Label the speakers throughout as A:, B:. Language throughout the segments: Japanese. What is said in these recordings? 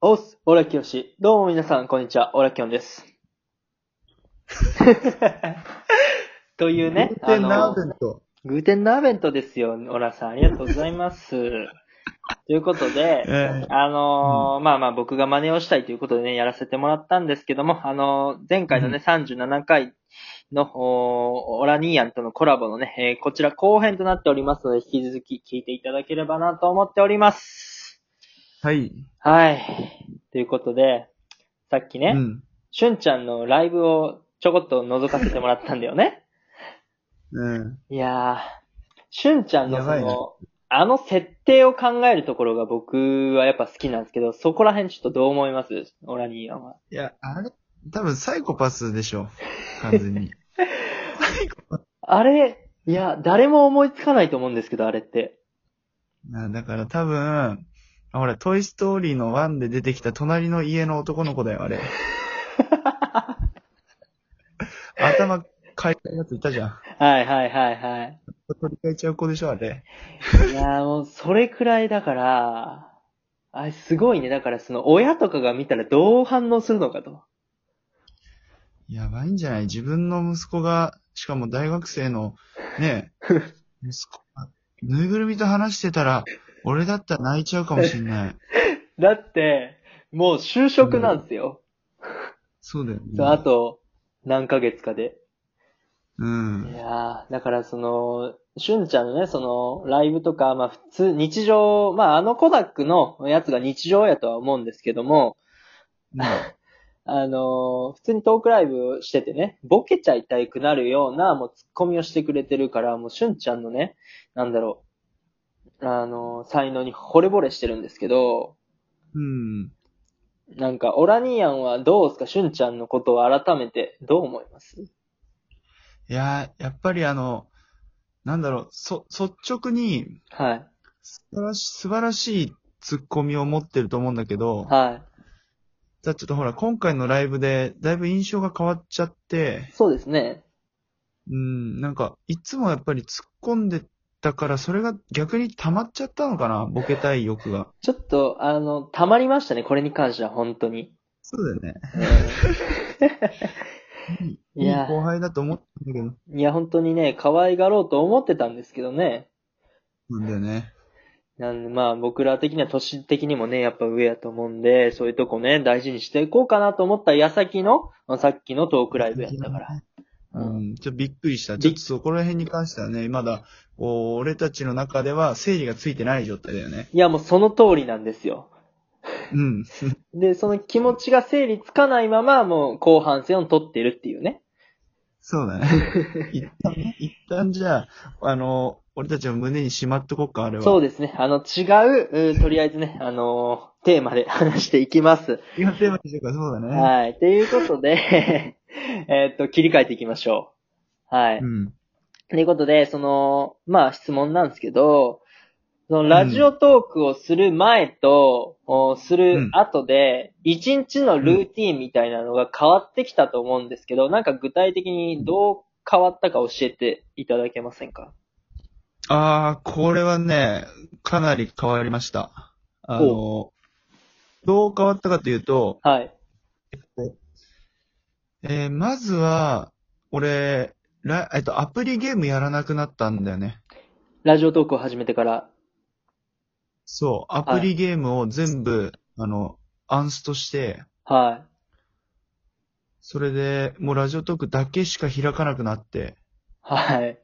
A: おっす、オラキヨシ。どうも皆さん、こんにちは。オラキヨンです。 というね、
B: グーテン
A: あ
B: ナ
A: の
B: ーベント。
A: グーテンナーベントですよ。オラさん、ありがとうございます。ということで、
B: ええ
A: あのーまあまあ僕が真似をしたいということでね、やらせてもらったんですけども、あのー前回のね、37回の、おーオラニーヤンとのコラボのね、えーこちら後編となっておりますので、引き続き聞いていただければなと思っております。
B: はい。
A: はい。ということで、さっきね、
B: うん。
A: しゅんちゃんのライブをちょこっと覗かせてもらったんだよ ね。
B: うん。
A: いやー、しゅんちゃんのそ
B: やばいね
A: の、あの設定を考えるところが僕はやっぱ好きなんですけど、そこら辺ちょっとどう思いますオラニーヤンは。
B: いや、あれ、多分サイコパスでしょ。完全に。
A: あれ、いや、誰も思いつかないと思うんですけど、あれって。
B: なだから多分、あほら、トイストーリーの1で出てきた隣の家の男の子だよ、あれ。頭変えたやついたじゃん。
A: はいはいはい はい。
B: 取り替えちゃう子でしょ、あれ。
A: いやーもう、それくらいだから、あれすごいね。だからその、親とかが見たらどう反応するのかと。
B: やばいんじゃない自分の息子が、しかも大学生の、 ね、息子が、ぬいぐるみと話してたら、俺だったら泣いちゃうかもしんない。
A: だって、もう就職なんですよ。
B: そうだよね。
A: そうあと、何ヶ月かで。
B: うん
A: い。やー、だからその、しゅんちゃんのね、その、ライブとか、まあ普通、日常、まああのコダックのやつが日常やとは思うんですけども、 あのー普通にトークライブしててね、ボケちゃいたくなるような、もうツッコミをしてくれてるから、もうしゅんちゃんのね、なんだろう、あのー才能に惚れ惚れしてるんですけど、
B: うん。
A: なんか、オラニアンはどうですかしゅんちゃんのことを改めてどう思います
B: いやー、やっぱりあの、なんだろう、そ、率直に、
A: はい。
B: 素晴らし、素晴らしいツッコミを持ってると思うんだけど、
A: は
B: だちょっとほら、今回のライブで、だいぶ印象が変わっちゃって
A: い。、そうですね。
B: うん、なんか、いつもやっぱり突っ込んでたから、それが逆に溜まっちゃったのかな、ボケたい欲が。
A: ちょっと、あの、溜まりましたね、これに関しては、本当に。
B: そうだよね。
A: い
B: いい
A: や、
B: 後輩だと思ったんだけど、
A: いや、本当にね、可愛がろうと思ってたんですけどね。
B: なんだよね。
A: なんで、まあ、僕ら的には、年的にもね、やっぱ上やと思うんで、そういうとこね、大事にしていこうかなと思った矢先の、まあさっきのトークライブやったから。
B: う
A: うん
B: ん、ちょっとびっくりした。ちょっとそこら辺に関してはね、まだ、こう、俺たちの中では整理がついてない状態だよね。
A: いや、もうその通りなんですよ。
B: うん。
A: で、その気持ちが整理つかないまま、もう後半戦を取ってるっていうね。
B: そう だね。一旦ね、一旦じゃあ、あの、俺たちの胸にしまっとこっか、あれは。
A: そう
B: う
A: ですね。あの、違う、うーとりあえずね、あのーテーマで 話していきます。
B: 今テーマにしようか、そうだね。
A: はい。ということで、 えーっと、切り替えていきましょう。はい。
B: うん。
A: ということで、その、まあ質問なんですけど、そのラジオトークをする前と、おする後で、一日のルーティンみたいなのが変わってきたと思うんですけど、なんか具体的にどう変わったか教えていただけませんか
B: あー、これはね、かなり変わりました。あの、どう変わったかというと、
A: はい。
B: えー、まずは、俺、ら、えっと、アプリゲームやらなくなったんだよね。
A: ラジオトークを始めてから。
B: そう、アプリゲームを全部、あの、アンストして、
A: は
B: それで、もうラジオトークだけしか開かなくなって、
A: い。はい。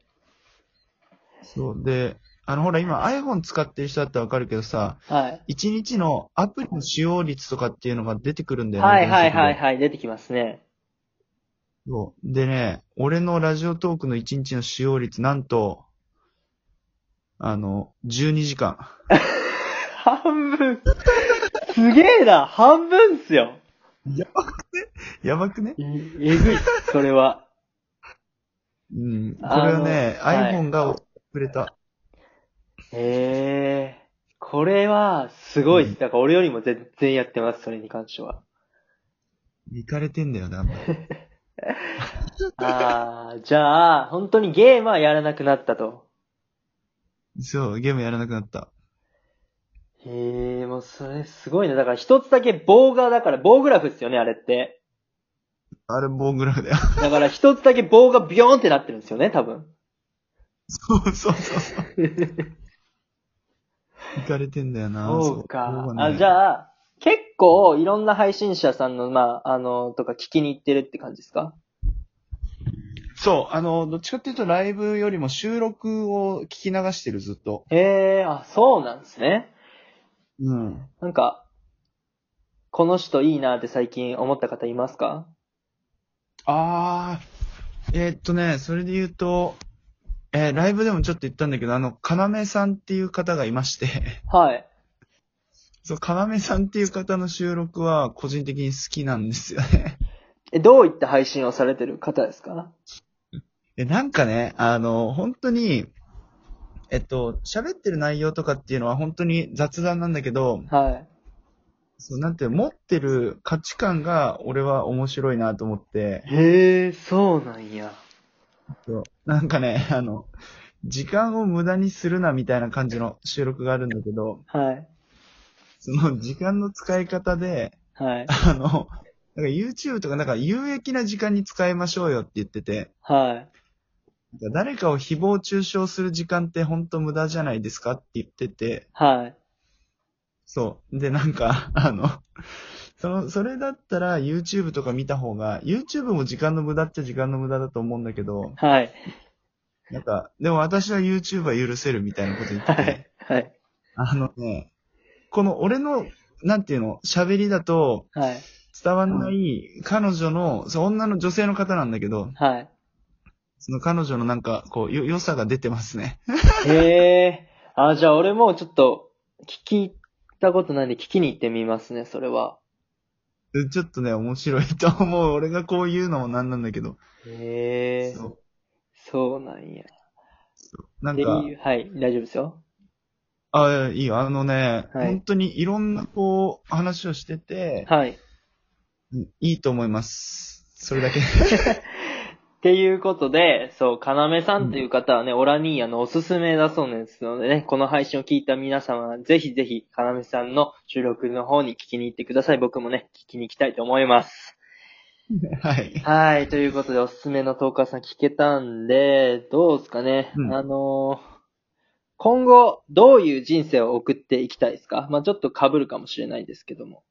B: そう。で、あの、ほら、今 iPhone 使ってる人だったらわかるけどさ、
A: はい。
B: 1日のアプリの使用率とかっていうのが出てくるんだよね。
A: はいはいはい
B: 分析で
A: はい。出てきますね。
B: そう。でね、俺のラジオトークの1日の使用率、なんと、あの、12時間。
A: 半分。すげえな、半分っすよ。
B: やばくね
A: えぐい、それは。
B: うん。これはね、
A: あのはい
B: iPhone がくれた。
A: ええこれは、すごいっ
B: うん
A: す。だから俺よりも全然やってます、それに関しては。
B: いかれてんだよな。
A: ああ、じゃあ、本当にゲームはやらなくなったと。
B: そう、ゲームやらなくなった。
A: へえ、もうそれすごいね。だから一つだけ棒が、だから棒グラフっすよね、あれって。
B: あれ棒グラフだよ。
A: だから一つだけ棒がビヨーンってなってるんですよね、多分。
B: そうそうそうそう。行かれてんだよな。
A: そうか。あ、じ
B: あ。
A: ゃあ、結構いろんな配信者さんの、まあ、あの、とか聞きに行ってるって感じですか
B: そう、あの、どっちかっていうとライブよりも収録を聞き流してる、ずっと。
A: へえ、あ、そうなんですね。
B: うん。
A: なんか、この人いいなって最近思った方いますか
B: あー、えーっとね、それで言うと、えーライブでもちょっと言ったんだけど、あの、かなめさんっていう方がいまして、
A: はい。
B: そう、かなめさんっていう方の収録は個人的に好きなんですよね。
A: え、どういった配信をされてる方ですか
B: え、なんかね、あの、本当に、えっと、喋ってる内容とかっていうのは本当に雑談なんだけど、
A: はい。
B: そう、なんていうの、持ってる価値観が俺は面白いなと思って、
A: へえ、そうなんや。
B: そうなんかね、あの、時間を無駄にするなみたいな感じの収録があるんだけど、
A: はい。
B: その時間の使い方で、
A: はい。
B: あの、なんか YouTube とかなんか有益な時間に使いましょうよって言ってて、
A: はい。
B: なんか誰かを誹謗中傷する時間って本当無駄じゃないですかって言ってて、
A: はい。
B: そう。で、なんか、 あの、その、それだったら YouTube とか見た方が、YouTube も時間の無駄っちゃ時間の無駄だと思うんだけど、
A: はい。
B: なんか、でも私は YouTube は許せるみたいなこと言って
A: は
B: て、
A: い。はい。
B: あのね、この俺の、なんていうの、喋りだと、
A: はい。
B: 伝わんない、彼女の、そう女の女性の方なんだけど、
A: はい。
B: その彼女のなんか、こう、よ、良さが出てますね。
A: へえ。あ、じゃあ俺もちょっと、聞いたことないんで聞きに行ってみますね、それは。
B: でちょっとね、面白いと思う。俺がこう言うのもなんなんだけど。
A: へえ。
B: そう
A: そうなんや。
B: なん
A: で
B: か、
A: はい、大丈夫ですよ。
B: あ、いいよ。あのね、
A: はい
B: 本当にいろんなこう、話をしてて、
A: はい。
B: うんいいと思います。それ だけ。
A: っていうことで、そう、かなめさんという方はね、オラニーヤのおすすめだそうですのでね、この配信を聞いた皆様は、ぜひぜひ、かなめさんの収録の方に聞きに行ってください。僕もね、聞きに行きたいと思います。
B: はい。
A: はい、ということで、おすすめのトーカーさん聞けたんで、どうですかね。
B: うん
A: あのー今後、どういう人生を送っていきたいですかまあちょっと被るかもしれないですけども。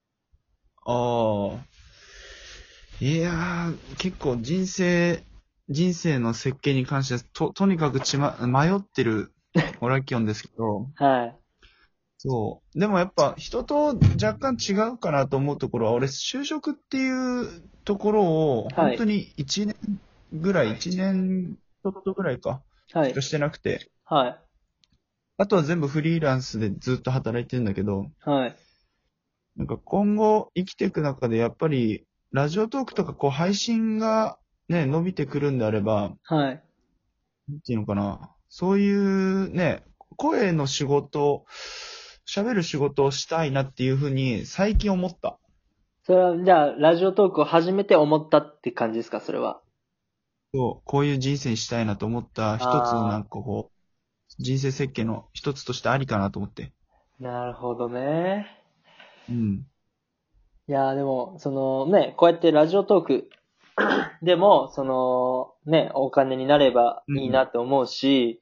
B: ああ。いやー、結構人生、人生の設計に関しては、と、とにかくちま、迷ってるオラキオンですけど、
A: はい。
B: そう。でもやっぱ人と若干違うかなと思うところは、俺就職っていうところを、
A: はい
B: 本当に1年ぐらい、1年ちょっとぐらいか、
A: はい
B: しか。してなくて、
A: はい。
B: あとは全部フリーランスでずっと働いてるんだけど、
A: はい。
B: なんか今後生きていく中でやっぱり、ラジオトークとかこう配信がね、伸びてくるんであれば、
A: はい。
B: なんていうのかな、そういうね、声の仕事、喋る仕事をしたいなっていうふうに最近思った。
A: それは、じゃあ、ラジオトークを始めて思ったって感じですかそれは。
B: そう、こういう人生にしたいなと思った一つのなんかこう、人生設計の一つとしてありかなと思って。
A: なるほどね。
B: うん。
A: いやーでも、そのね、こうやってラジオトーク でも、そのね、お金になればいいなって思うし、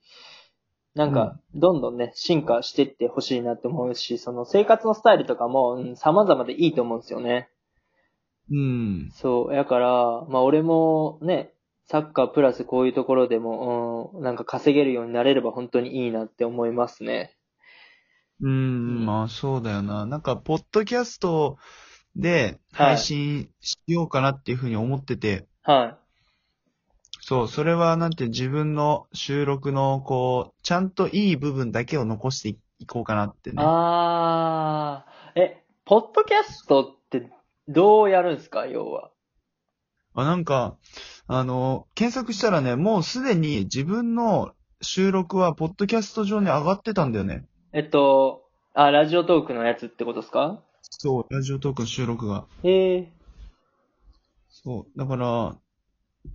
A: なんか、どんどんね、進化してってほしいなって思うし、その生活のスタイルとかも、うん、様々でいいと思うんですよね。
B: うん。
A: そう、やから、まあ俺もね、サッカープラスこういうところでも、うん、なんか稼げるようになれれば本当にいいなって思いますね。
B: うん、まあそうだよな。なんか、ポッドキャストで
A: はい
B: 配信しようかなっていうふうに思ってて、
A: はい。
B: そう、それはなんて自分の収録の、こう、ちゃんといい部分だけを残していこうかなってね。
A: ああ、え、ポッドキャストってどうやるんですか要は。
B: あ、なんか、あの、検索したらね、もうすでに自分の収録は、ポッドキャスト上に上がってたんだよね。
A: えっと、あ、ラジオトークのやつってことですか
B: そう、ラジオトークの収録が。
A: へえ、
B: そう、だから、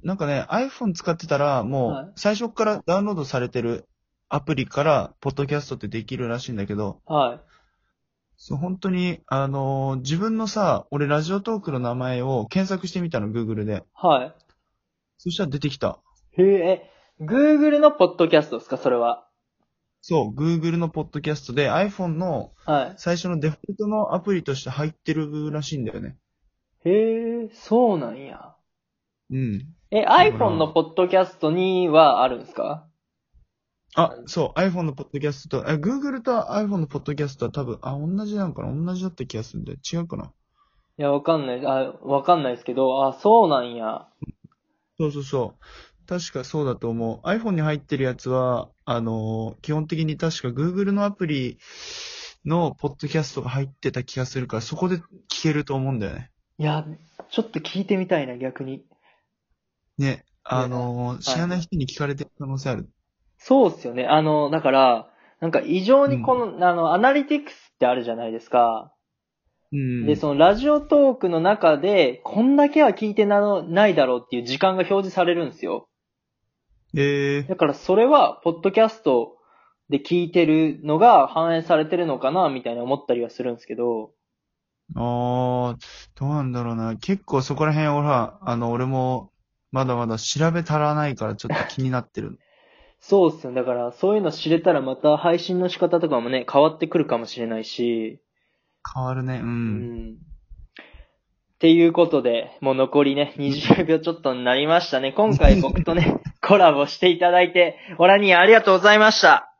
B: なんかね、iPhone 使ってたら、
A: は
B: も、
A: いう
B: 最初からダウンロードされてるアプリから、ポッドキャストってできるらしいんだけど、
A: は
B: そう、本当に、あのー自分のさ、俺ラジオトークの名前を検索してみたの、Google で。
A: は
B: そしたら出てきた。
A: い。へえ、え Google のポッドキャストですか、それは。
B: そう、Google のポッドキャストで iPhone の
A: は
B: 最初のデフォルトのアプリとして入ってるらしいんだよね。
A: い。へえ、そうなんや。
B: うん。
A: え、
B: ら
A: iPhone のポッドキャストにはあるんですか
B: あ、そう、iPhone のポッドキャストと、え、Google と iPhone のポッドキャストは多分、あ、同じなんかな同じだった気がするんだよ。違うかない
A: や、わかんない。あ、わかんないですけど、あ、そうなんや。
B: そうそうそう。確かそうだと思う。iPhone に入ってるやつは、あのー基本的に確か Google のアプリのポッドキャストが入ってた気がするから、そこで聞けると思うんだよね。
A: いや、ちょっと聞いてみたいな、逆に。
B: ね、あのー知らない人に聞かれてる可能性ある。
A: そうっすよね。あの、だから、なんか異常にこの、あの、アナリティクスってあるじゃないですか。
B: うん。
A: で、そのラジオトークの中で、こんだけは聞いてなのないだろうっていう時間が表示されるんですよ。
B: えー
A: だからそれは、ポッドキャストで聞いてるのが反映されてるのかな、みたいな思ったりはするんですけど。
B: ああ、どうなんだろうな。結構そこら辺、ほら、あの、俺も、まだまだ調べ足らないからちょっと気になってる。
A: そうっすよ。だから、そういうの知れたらまた配信の仕方とかもね、変わってくるかもしれないし。
B: 変わるね。
A: う
B: う。
A: んっていうことで、もう残りね、20秒ちょっとになりましたね。今回僕とね、コラボしていただいて、オラニーありがとうございました。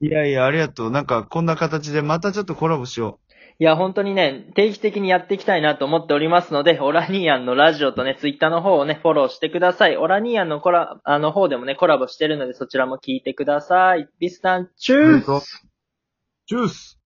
B: いやいや、ありがとう。なんか、こんな形でまたちょっとコラボしよ
A: いや、本当にね、定期的にやっていきたいなと思っておりますので、オラニーアンのラジオとね、ツイッターの方をね、フォローしてください。オラニーアンのコラ、あの方でもね、コラボしてるので、そちらも聞いてください。ビスタンチ
B: う。
A: ュース
B: チュース